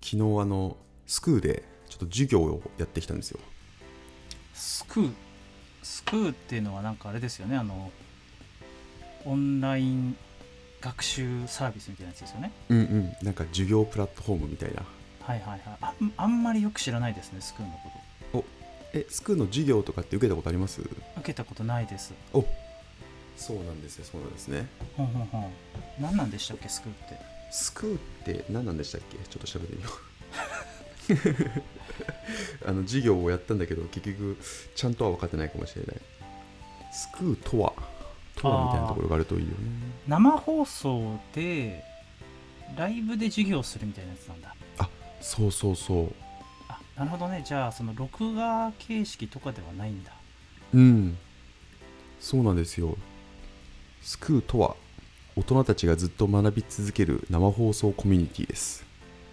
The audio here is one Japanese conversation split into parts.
昨日あのスクーでちょっと授業をやってきたんですよスクースクーっていうのはなんかあれですよねあのオンライン学習サービスみたいなやつですよねうんうんなんか授業プラットフォームみたいなはいはいはいあんあんまりよく知らないですねスクーのこえスクーの授業とかって受けたことありますと受けたことないですおそうなんですねそうなんですねほんほんほん何なんでしたっけスクーってスクーって何なんでしたっけちょっと調べてみ ようあの授業をやったんだけど結局ちゃんとは分かってないかもしれないスクーとはとはみたいなところがあるといいよね生放送でライブで授業するみたいなやつなんだそうそうそうあなるほどねじゃあその録画形式とかではないんだうんそうなんですよスクーとは大人たちがずっと学び続ける生放送コミュニティです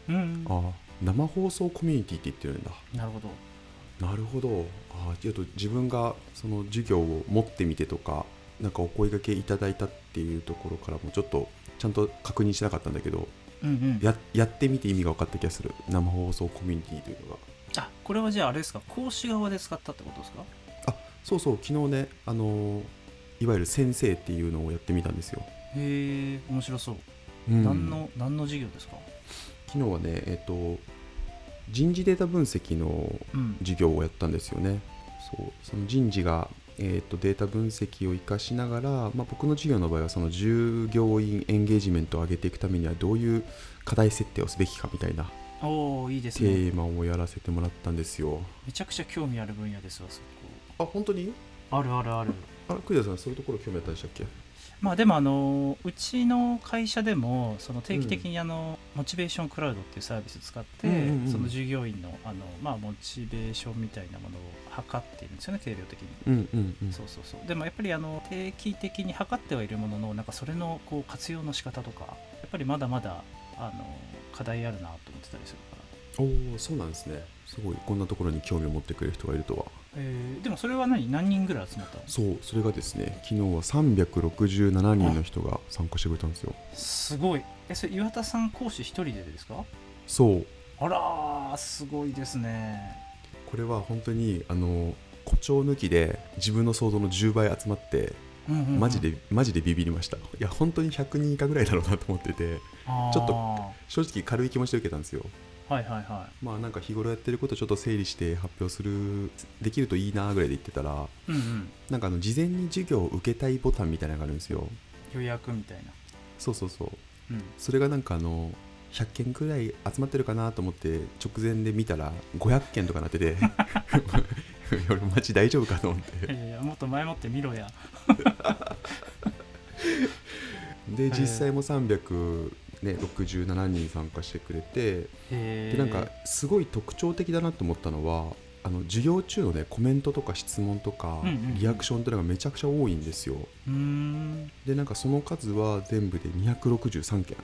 うんああ生放送コミュニティって言ってるんだなるほどなるほどああちょっと自分がその授業を持ってみてとかなんかお声掛けいただいたっていうところからもちょっとちゃんと確認しなかったんだけどうんうんややってみて意味が分かった気がする生放送コミュニティというのがあこれはじゃああれですか講師側で使ったってことですかそうそう昨日ねあのーいわゆる先生っていうのをやってみたんですよ、へえ面白そううん何の何の授業ですか、昨日はね、えっと人事データ分析のうん、授業をやったんですよね。そうその人事が、えっとデータ分析を活かしながら、まあ、僕の授業の場合はその従業員エンゲージメントを上げていくためにはどういう課題設定をすべきかみたいなおおいいですテねーマをやらせてもらったんですよ。めちゃくちゃ興味ある分野ですわそあ本当にこあるあるあるあ栗田さんそういうところ興味あったでしたっけまあでもあのうちの会社でもその定期的にあの、モチベーションクラウドっていうサービスを使って、うんうんうんその従業員のあの、まあ、モチベーションみたいなものを測っているんですよね定量的に、うんうんうんそうそうそうでもやっぱりあの定期的に測ってはいるもののなんかそれのこう活用の仕方とかやっぱりまだまだあの課題あるなと思ってたりするからおおそうなんですねすごいこんなところに興味を持ってくれる人がいるとはえーでもそれは何何人ぐらい集まったのそうそれがですね昨日は367人の人が参加してくれたんですよすごいえそれ岩田さん講師一人でですかそうあらーすごいですねこれは本当にあの誇張抜きで自分の想像の10倍集まってうんうんうんマジで、マジでビビりましたいや本当に100人以下ぐらいだろうなと思っててあーちょっとは正直軽い気持ちで受けたんですよいはいはまあなんか日頃やってることをちょっと整理して発表するできるといいなぐらいで言ってたらいうんうんなんかあの事前に授業を受けたいボタンみたいなのがあるんですよ予約みたいなそうそうそううんそれがなんかあの100件くらい集まってるかなと思って直前で見たら500件とかなってて いや俺マジ大丈夫かと思っていやいやもっと前もって見ろやでい実際も367人参加してくれてへでなんかすごい特徴的だなと思ったのはあの授業中のねコメントとか質問とかうんうんうんリアクションっていうのがめちゃくちゃ多いんですようーんでなんかその数は全部で263件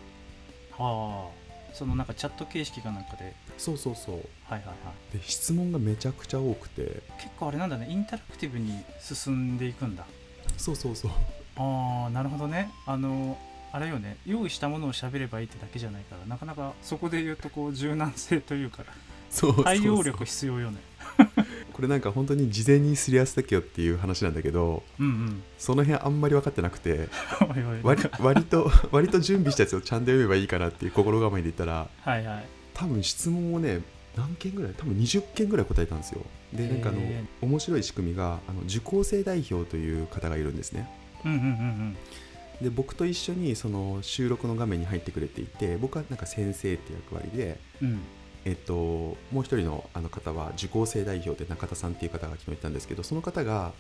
はあそのなんかチャット形式かなんかでそうそうそうはいはいはで質問がめちゃくちゃ多くてい結構あれなんだねインタラクティブに進んでいくんだそうそうそうああなるほどねあのあれよね用意したものを喋ればいいってだけじゃないからなかなかそこで言うとこう柔軟性というかそうそうそう対応力必要よねこれなんか本当に事前にすり合わせたけよっていう話なんだけどうんその辺あんまり分かってなくてうんおいおい割割と割と準備したやつをちゃんと読めばいいかなっていう心構えで言ったらはいはい多分質問をね何件ぐらい多分20件ぐらい答えたんですよでなんかあのへ面白い仕組みがあの受講生代表という方がいるんですねうんうんうんで僕と一緒にその収録の画面に入ってくれていて僕はなんか先生って役割でうんうんえっと、もう一人のあの方は受講生代表で中田さんっていう方が昨日いたんですけどその方が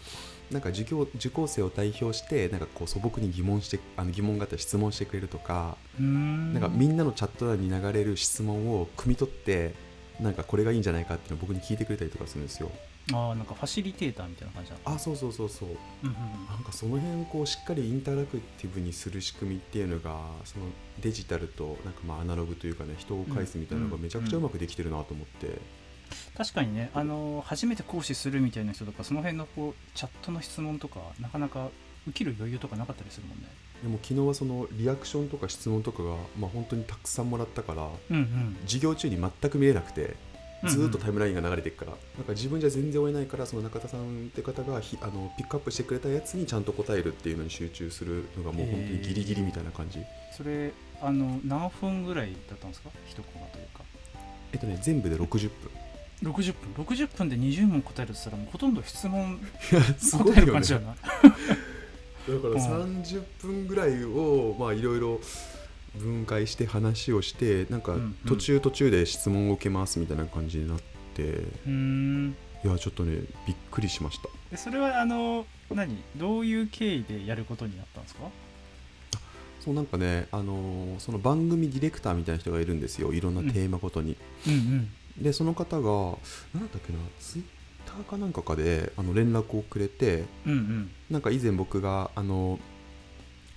なんか受教受講生を代表してなんかこう素朴に疑問してあの疑問があったら質問してくれるとか,、うーんなんかみんなのチャット欄に流れる質問を汲み取ってなんかこれがいいんじゃないかっていうのを僕に聞いてくれたりとかするんですよ。ああなんかファシリテーターみたいな感じなのあそうそうそうそううんうんなんかその辺をこうしっかりインタラクティブにする仕組みっていうのがそのデジタルとなんかまあアナログというかね人を介すみたいなのがめちゃくちゃうまくできてるなと思って。確かにねあの初めて講師するみたいな人とかその辺のこうチャットの質問とかなかなか受ける余裕とかなかったりするもんねでも昨日はそのリアクションとか質問とかが、まあ、本当にたくさんもらったからうんうん授業中に全く見れなくてうんずーっとタイムラインが流れていくから、なんか自分じゃ全然追えないからその中田さんって方がひあのピックアップしてくれたやつにちゃんと答えるっていうのに集中するのがもう本当にギリギリみたいな感じ、えそれあの何分ぐらいだったんですか一コマというかっとね全部で60分 60分60分で20問答えるとしたらもうほとんど質問いやすごい答えるよ 感ねじじゃないだから30分ぐらいをまあいろいろ分解して話をしてなんかうんうん途中途中で質問を受けますみたいな感じになって うーんいやちょっとねびっくりしましたでそれはあの何どういう経緯でやることになったんですかそうなんかね、あのーその番組ディレクターみたいな人がいるんですよいろんなテーマごとに、うんうんでその方が何だっけなツイッターかなんかかであの連絡をくれてうんうんなんか以前僕があの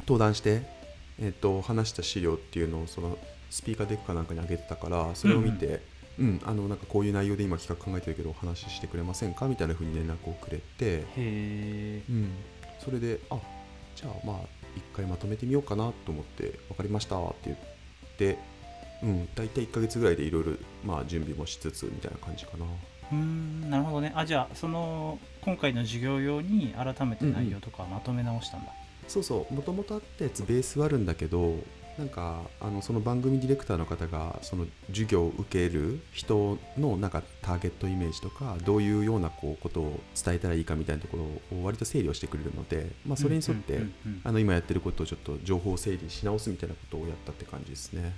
登壇して、えっと話した資料っていうのをそのスピーカーデックかなんかに上げてたからそれを見て、うんあのなんかこういう内容で今企画考えてるけどお話ししてくれませんかみたいな風に連絡をくれて、へえうん、それであじゃあまあ一回まとめてみようかなと思って分かりましたって言って、うん、大体1ヶ月ぐらいでいろいろまあ準備もしつつみたいな感じかな。うーんなるほどねあじゃあその今回の授業用に改めて内容とかまとめ直したんだ、そうそうもともとあったやつベースはあるんだけどなんかあのその番組ディレクターの方がその授業を受ける人のなんかターゲットイメージとかどういうようなこうことを伝えたらいいかみたいなところを割と整理をしてくれるので、まあ、それに沿って、うんうんうんうんあの今やってることをちょっと情報を整理し直すみたいなことをやったって感じですね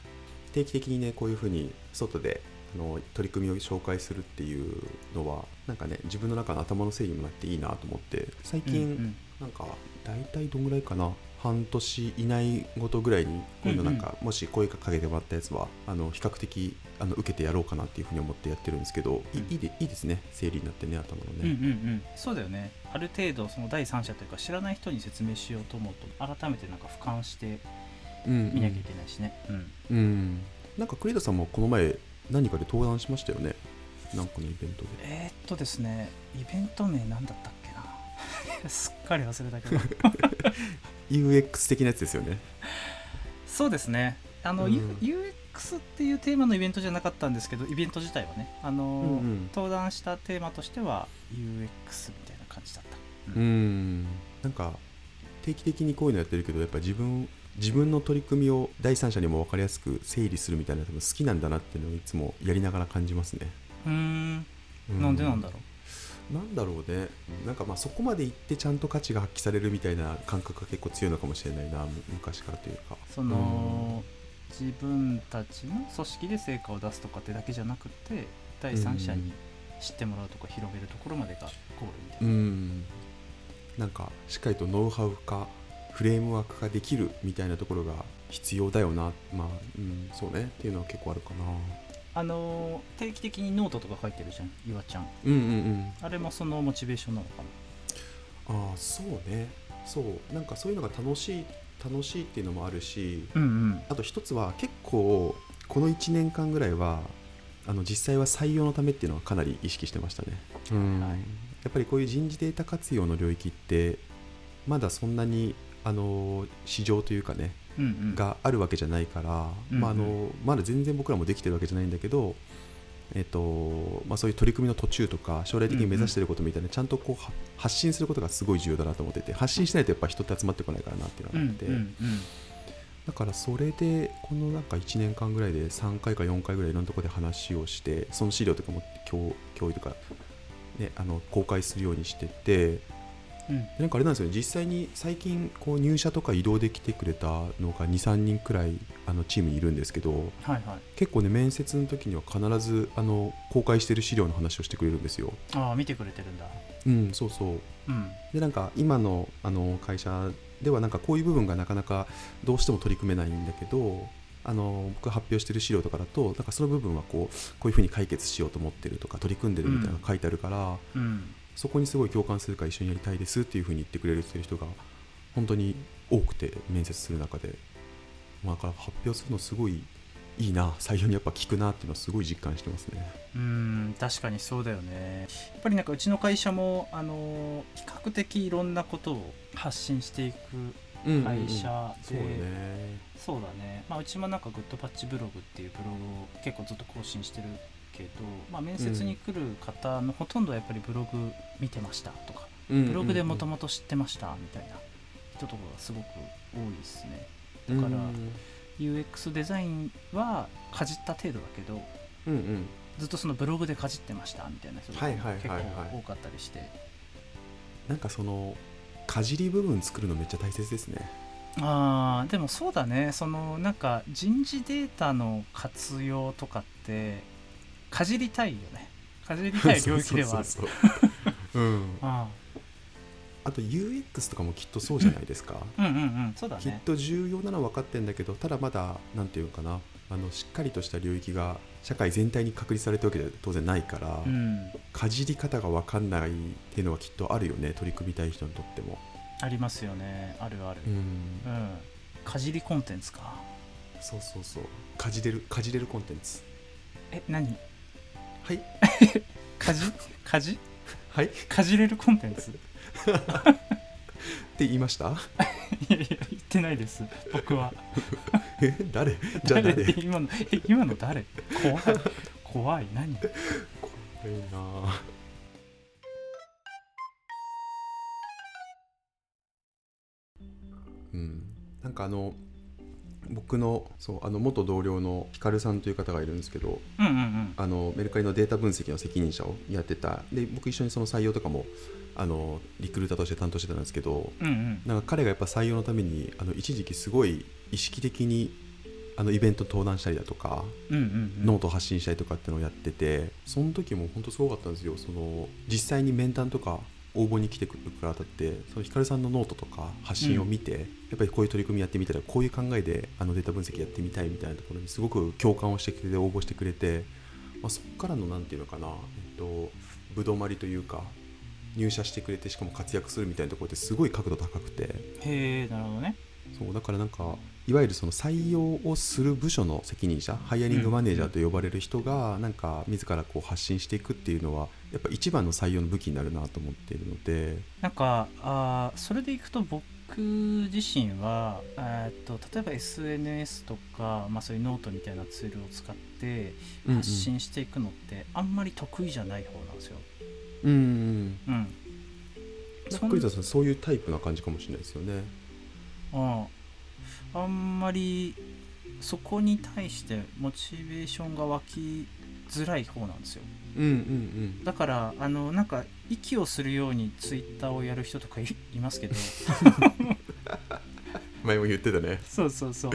定期的にねこういうふうに外であの取り組みを紹介するっていうのはなんかね自分の中の頭の整理にもなっていいなと思って最近、うんうんなんか大体どんぐらいかな半年以内ごとぐらいにこういうのなんか、もし声かけてもらったやつはあの比較的あの受けてやろうかなっていうふうに思ってやってるんですけど、いうんいいでいいですね整理になってね頭のうんうんうね、ん、そうだよねある程度その第三者というか知らない人に説明しようと思うと改めてなんか俯瞰してうんうん、見なきゃいけないしね、うんうんなんか栗田さんもこの前何かで登壇しましたよねなんかのイベントでえー、っとですねイベント名なんだったっけな すっかり忘れたけど UX 的なやつですよねそうですねあの、うん U- UX っていうテーマのイベントじゃなかったんですけどイベント自体はねあの、うんうん登壇したテーマとしては UX みたいな感じだったうんなんか定期的にこういうのやってるけどやっぱ自分自分の取り組みを第三者にも分かりやすく整理するみたいなの多分好きなんだなっていうのをいつもやりながら感じますね、うーんなんでなんだろうなんだろうねなんかまあそこまで行ってちゃんと価値が発揮されるみたいな感覚が結構強いのかもしれないなむ昔からというかうその、自分たちの組織で成果を出すとかってだけじゃなくて第三者に知ってもらうとか広めるところまでがゴールみたいなう、んなんかしっかりとノウハウ化フレームワーク化できるみたいなところが必要だよなまあ、うん、そうねっていうのは結構あるかなあのー定期的にノートとか書いてるじゃん岩ちゃんうんうんうんあれもそのモチベーションなのかなああそうねそうなんかそういうのが楽しい楽しいっていうのもあるしうんうんあと一つは結構この1年間ぐらいはあの実際は採用のためっていうのはかなり意識してましたね、うんはいやっぱりこういう人事データ活用の領域ってまだそんなにあの市場というかねうんうんがあるわけじゃないから、うんまあ、あのまだ全然僕らもできてるわけじゃないんだけど、えっとまあ、そういう取り組みの途中とか将来的に目指してることみたいな、ちゃんとこうは発信することがすごい重要だなと思ってて発信しないとやっぱ人って集まってこないからなっていうのうがんうあんって、うんだからそれでこのなんか1年間ぐらいで3回か4回ぐらいいろんなところで話をしてその資料とかも共共有とか、ね、あの公開するようにしてて。うんでなんかあれなんですよね実際に最近こう入社とか移動できてくれたのが23人くらいあのチームにいるんですけどはいはい結構ね面接の時には必ずあの公開してる資料の話をしてくれるんですよ。ああ見てくれてるんだうん、そうそううんでなんか今のあの会社ではなんかこういう部分がなかなかどうしても取り組めないんだけどあの僕が発表してる資料とかだとなんかその部分はこうこういうふうに解決しようと思ってるとか取り組んでるみたいなのが書いてあるから、うんそこにすごい共感するから一緒にやりたいですっていうふうに言ってくれるっていう人が本当に多くて面接する中で、まあ、だから発表するのすごいいいな採用にやっぱ効くなっていうのはすごい実感してますね。うん確かにそうだよねやっぱりなんかうちの会社もあのー比較的いろんなことを発信していくうんうんうん会社そうで、だねそうだね、まあ、うちもなんかグッドパッチブログっていうブログを結構ずっと更新してるけど、まあ、面接に来る方のほとんどはやっぱりブログ見てましたとか、ブログでもとももと知ってましたみたいな人とかがすごく多いですね UX デザインはかじった程度だけどうんうんずっとそのブログでかじってましたみたいな人とかはいはいはい結はい構多かったりして、なんかそのかじり部分作るのめっちゃ大切ですねあーでもそうだねそのなんか人事データの活用とかってかじりたいよねかじりたい領域ではあ るそうそうそううんああと UX とかもきっとそうじゃないですかあうんうんうんそうだきっねと重要なのは分かってんだけどただまだなんていうのかなあのしっかりとした領域が社会全体に確立されてるわけでは当然ないから、うんかじり方が分かんないっていうのはきっとあるよね取り組みたい人にとっても、ありますよねあるあるうんうん、かじりコンテンツかそうそうそうかじれるかじれるコンテンツえ何はい かじかじはいっかじれるコンテンツて言いました いやいや言ってないです僕はえ 誰じゃあ誰今のえ今の誰怖い怖い何怖いなあうんなんかあの僕のそうあの元同僚のヒカルさんという方がいるんですけどうんうんうんあのメルカリのデータ分析の責任者をやってたで僕一緒にその採用とかもあのリクルーターとして担当してたんですけどうんうんなんか彼がやっぱ採用のためにあの一時期すごい意識的にあのイベント登壇したりだとかうんうんうんノート発信したりとかってのをやっててその時も本当すごかったんですよその実際に面談とか応募に来てくるからたってそのヒカルさんのノートとか発信を見て、やっぱりこういう取り組みやってみたらこういう考えであのデータ分析やってみたいみたいなところにすごく共感をしてくれて応募してくれて、まあ、そこからの何て言うのかなえっとぶどまりというか入社してくれてしかも活躍するみたいなところってすごい角度高くてへえなるほどねそうだからなんかいわゆるその採用をする部署の責任者ハイアリングマネージャーと呼ばれる人がなんか自らこう発信していくっていうのはやっぱ一番の採用の武器になるなと思っているのでなんかあーそれでいくと僕自身は、えーっと例えば SNS とか、まあ、そういうノートみたいなツールを使って発信していくのってあんまり得意じゃない方なんですよ。うんうんうん、ざっくりとそのそういうタイプな感じかもしれないですよねうんあんまりそこに対してモチベーションが湧きづらい方なんですよ。うんうんだからあのなんか息をするようにツイッターをやる人とかい いますけどうん前も言ってたねそうそうそう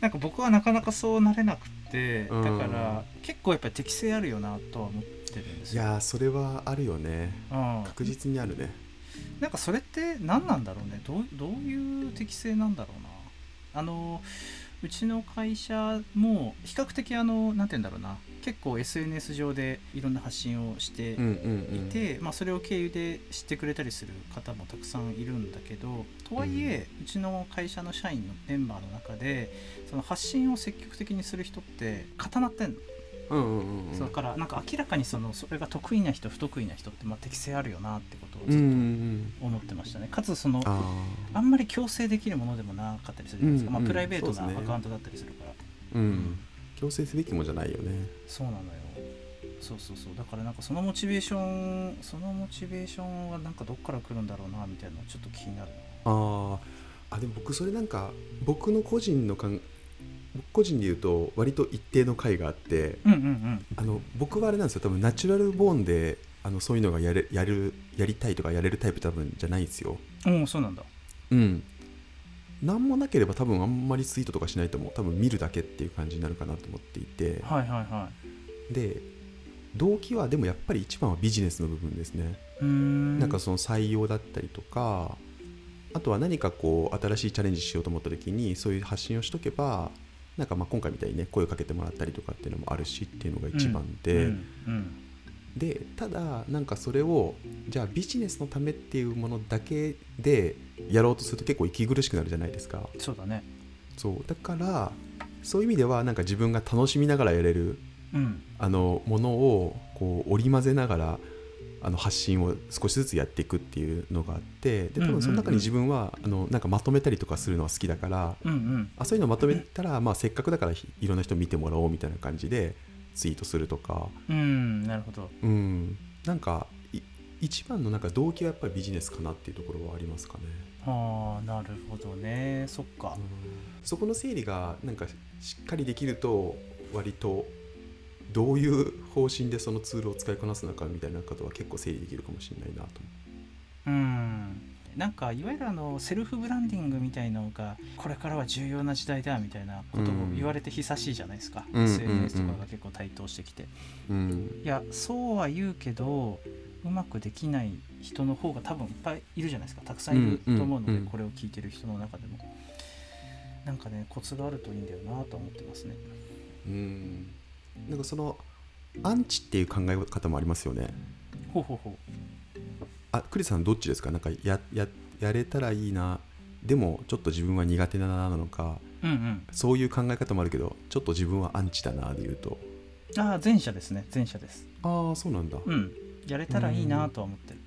なんか僕はなかなかそうなれなくってだうんから結構やっぱり適性あるよなとは思ってるんですいよ、やーそれはあるよねうん、確実にあるねなんかそれって何なんだろうねどうどういう適性なんだろうなあのうちの会社も比較的あのなんて言うんだろうな結構 SNS 上でいろんな発信をしてうんうんいうんて、まあ、それを経由で知ってくれたりする方もたくさんいるんだけどとはいえ、うちの会社の社員のメンバーの中でその発信を積極的にする人って固まってんの、うんうんうんそうだからなんか明らかにそのそれが得意な人不得意な人ってまあ適性あるよなってことをうんうんうずっんと思ってましたね、かつそのああんまり強制できるものでもなかったりするじゃないですか、うんうんまあ、プライベートそなうですねアカウントだったりするからーうん強制すべきもんじゃないよねそうなのよそうそうそうだからなんかそのモチベーションそのモチベーションはなんかどっから来るんだろうなみたいなのちょっと気になるあーあでも僕それなんか僕の個人の感僕個人で言うと割と一定の回があってなうんうんあの僕はあれなんですよ多分ナチュラルボーンであのそういうのがやれやるやりたいとかやれるタイプ多分じゃないんですようんおそうなんだうん何もなければ多分あんまりツイートとかしないと思う多分見るだけっていう感じになるかなと思っていてはいはいはで動機はでもやっぱり一番はビジネスの部分ですねいうーんなんかその採用だったりとかあとは何かこう新しいチャレンジしようと思った時にそういう発信をしとけばなんかまあ今回みたいにね声をかけてもらったりとかっていうのもあるしっていうのが一番で、うんうんでただなんかそれをじゃあビジネスのためっていうものだけでやろうとすると結構息苦しくなるじゃないですかそうだねそうだからそういう意味ではなんか自分が楽しみながらやれるうんあのものをこう織り交ぜながらあの発信を少しずつやっていくっていうのがあってでうん多うんうん分その中に自分は、あのなんかまとめたりとかするのは好きだからうんうんあそういうのをまとめたら、まあ、せっかくだからひいろんな人見てもらおうみたいな感じでツイートするとか、うんなるほどうん、なんかい一番のなんか動機はやっぱりビジネスかなっていうところはありますかね。ああなるほどねそっかうんそこの整理がなんかしっかりできると割とどういう方針でそのツールを使いこなすのかみたいなことは結構整理できるかもしれないなとうんなんかいわゆるあのセルフブランディングみたいのがこれからは重要な時代だみたいなことを言われて久しいじゃないですか、うんうんうん SNS とかが結構台頭してきて、思う。うんいやそうは言うけどうまくできない人の方が多分いっぱいいるじゃないですかたくさんいると思うので、うんうんうんこれを聞いてる人の中でもなんかねコツがあるといいんだよなとは思ってますねうんなんかそのアンチっていう考え方もありますよね。ほうほうほあクリスさんどっちですかなんかやややれたらいいなでもちょっと自分は苦手だななのかううんうんそういう考え方もあるけどちょっと自分はアンチだなで言うとああ前者ですね前者ですああそうなんだううんやれたらいいなとは思ってる、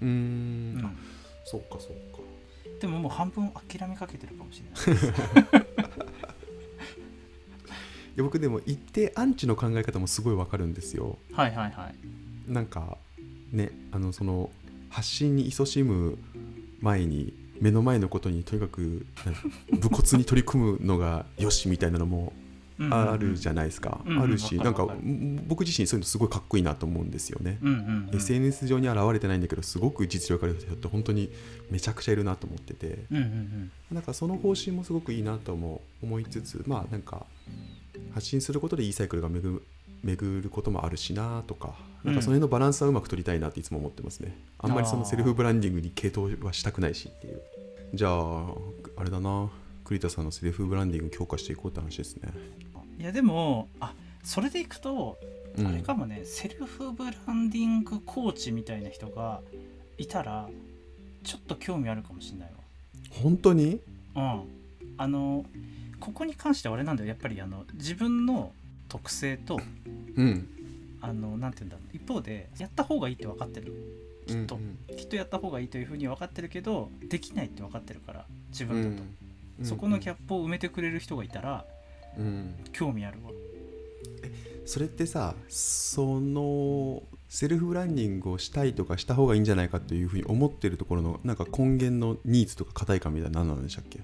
ーんうんあそっかそっかでももう半分諦めかけてるかもしれないいや僕でも一定アンチの考え方もすごいわかるんですよはいはいはいなんかねあのその発信に勤しむ前に目の前のことにとにかくなんか武骨に取り組むのがよしみたいなのもうんうんうんあるじゃないですか、うんうんあるし、わなかるんかわかるうん僕自身そういうのすごいかっこいいなと思うんですよね、うんうんうん SNS 上に現れてないんだけどすごく実力ある人って本当にめちゃくちゃいるなと思っててうんうんうんなんかその方針もすごくいいなとも思いつつまあなんか発信することでいいサイクルが巡る巡ることもあるしなとかなんかその辺のバランスはうまく取りたいなっていつも思ってますねあんまりそのセルフブランディングに傾倒はしたくないしっていうじゃああれだな栗田さんのセルフブランディング強化していこうって話ですね、いやでもあそれでいくとうんあれかもねセルフブランディングコーチみたいな人がいたらちょっと興味あるかもしれない本当にわうんあのここに関してはあれなんだよやっぱりあの自分の特性とうんあのなんて言うんだろう一方でやった方がいいって分かってるきっとうんきっとやった方がいいというふうに分かってるけどできないって分かってるから自うん分だと、そこのギャップを埋めてくれる人がいたらうん興味あるわそれってさそのセルフブランディングをしたいとかした方がいいんじゃないかというふうに思ってるところのなんか根源のニーズとか課題感みたいなの何なんでしたっけ、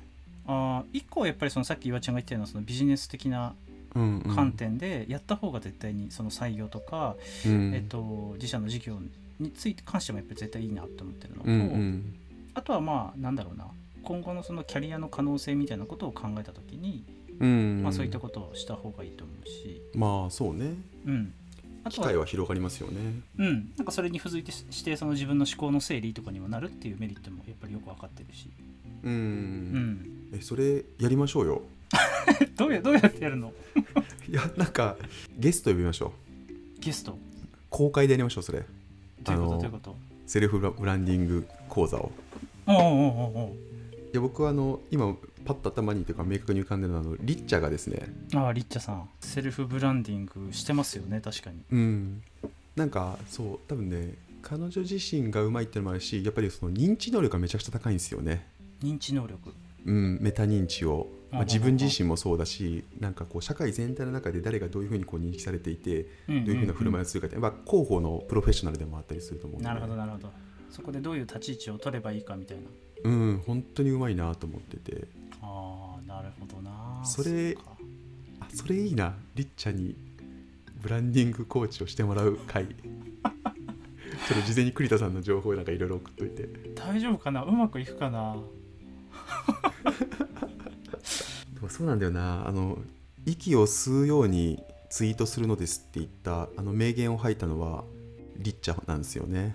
あー一個はやっぱりそのさっき岩ちゃんが言ったようなそのビジネス的なうんうん観、点でやった方が絶対にその採用とか、うんえっと、自社の事業について関してもやっぱり絶対いいなと思ってるのと、うんうんあとはまあなんだろうな今後のそのキャリアの可能性みたいなことを考えた時に、うんまあ、そういったことをした方がいいと思うし、まあそうねうん、あ機とは会は広がりますよねうん、なんかそれに付随してしてその自分の思考の整理とかにもなるっていうメリットもやっぱりよく分かってるし、うん、うん、えそれやりましょうよどうやどうやってやるのいやなんかゲスト呼びましょうゲスト公開でやりましょうそれどういうこあのとどういうことセルフブランディング講座をおうおうおうおういや僕はあの今パッと頭にというか明確に浮かんでるのはあのリッチャーがですねああリッチャさんセルフブランディングしてますよね確かにうん、なんかそう多分ね彼女自身がうまいってのもあるしやっぱりその認知能力がめちゃくちゃ高いんですよね、認知能力うん、メタ認知を、まあうんうんうん自分自身もそうだしなんかこう社会全体の中で誰がどういうふうにこう認識されていてどうどういうふうな振る舞いいをするかって、まあ、広報のプロフェッショナルでもあったりすると思うんでなるほどなるほどそこでどういう立ち位置を取ればいいかみたいなうん本当にうまいなと思っててああなるほどなそれっかあそれいいなりっちゃんにブランディングコーチをしてもらう 会ちょっと事前に栗田さんの情報なんかいろいろ送っといて大丈夫かなうまくいくかなでもそうなんだよなあの息を吸うようにツイートするのですって言ったあの名言を吐いたのはリッチャなんですよね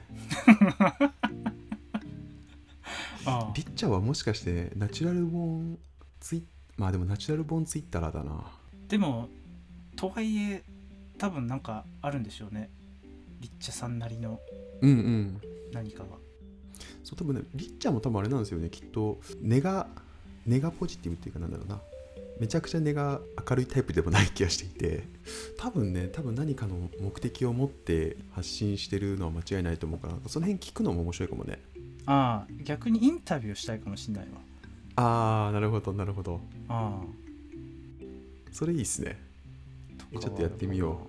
あリッチャはもしかしてナチュラルボーンツイまあでもナチュラルボーンツイッターだなでもとはいえ多分なんかあるんでしょうねリッチャさんなりのうんうん何かがそう多分ねリッチャも多分あれなんですよねきっと根が根がポジティブっていうかなんだろうなめちゃくちゃ根が明るいタイプでもない気がしていて多分ね多分何かの目的を持って発信してるのは間違いないと思うからその辺聞くのも面白いかもねああ逆にインタビューしたいかもしれないわあーなるほどなるほどああそれいいっすねとかはちょっとやってみよ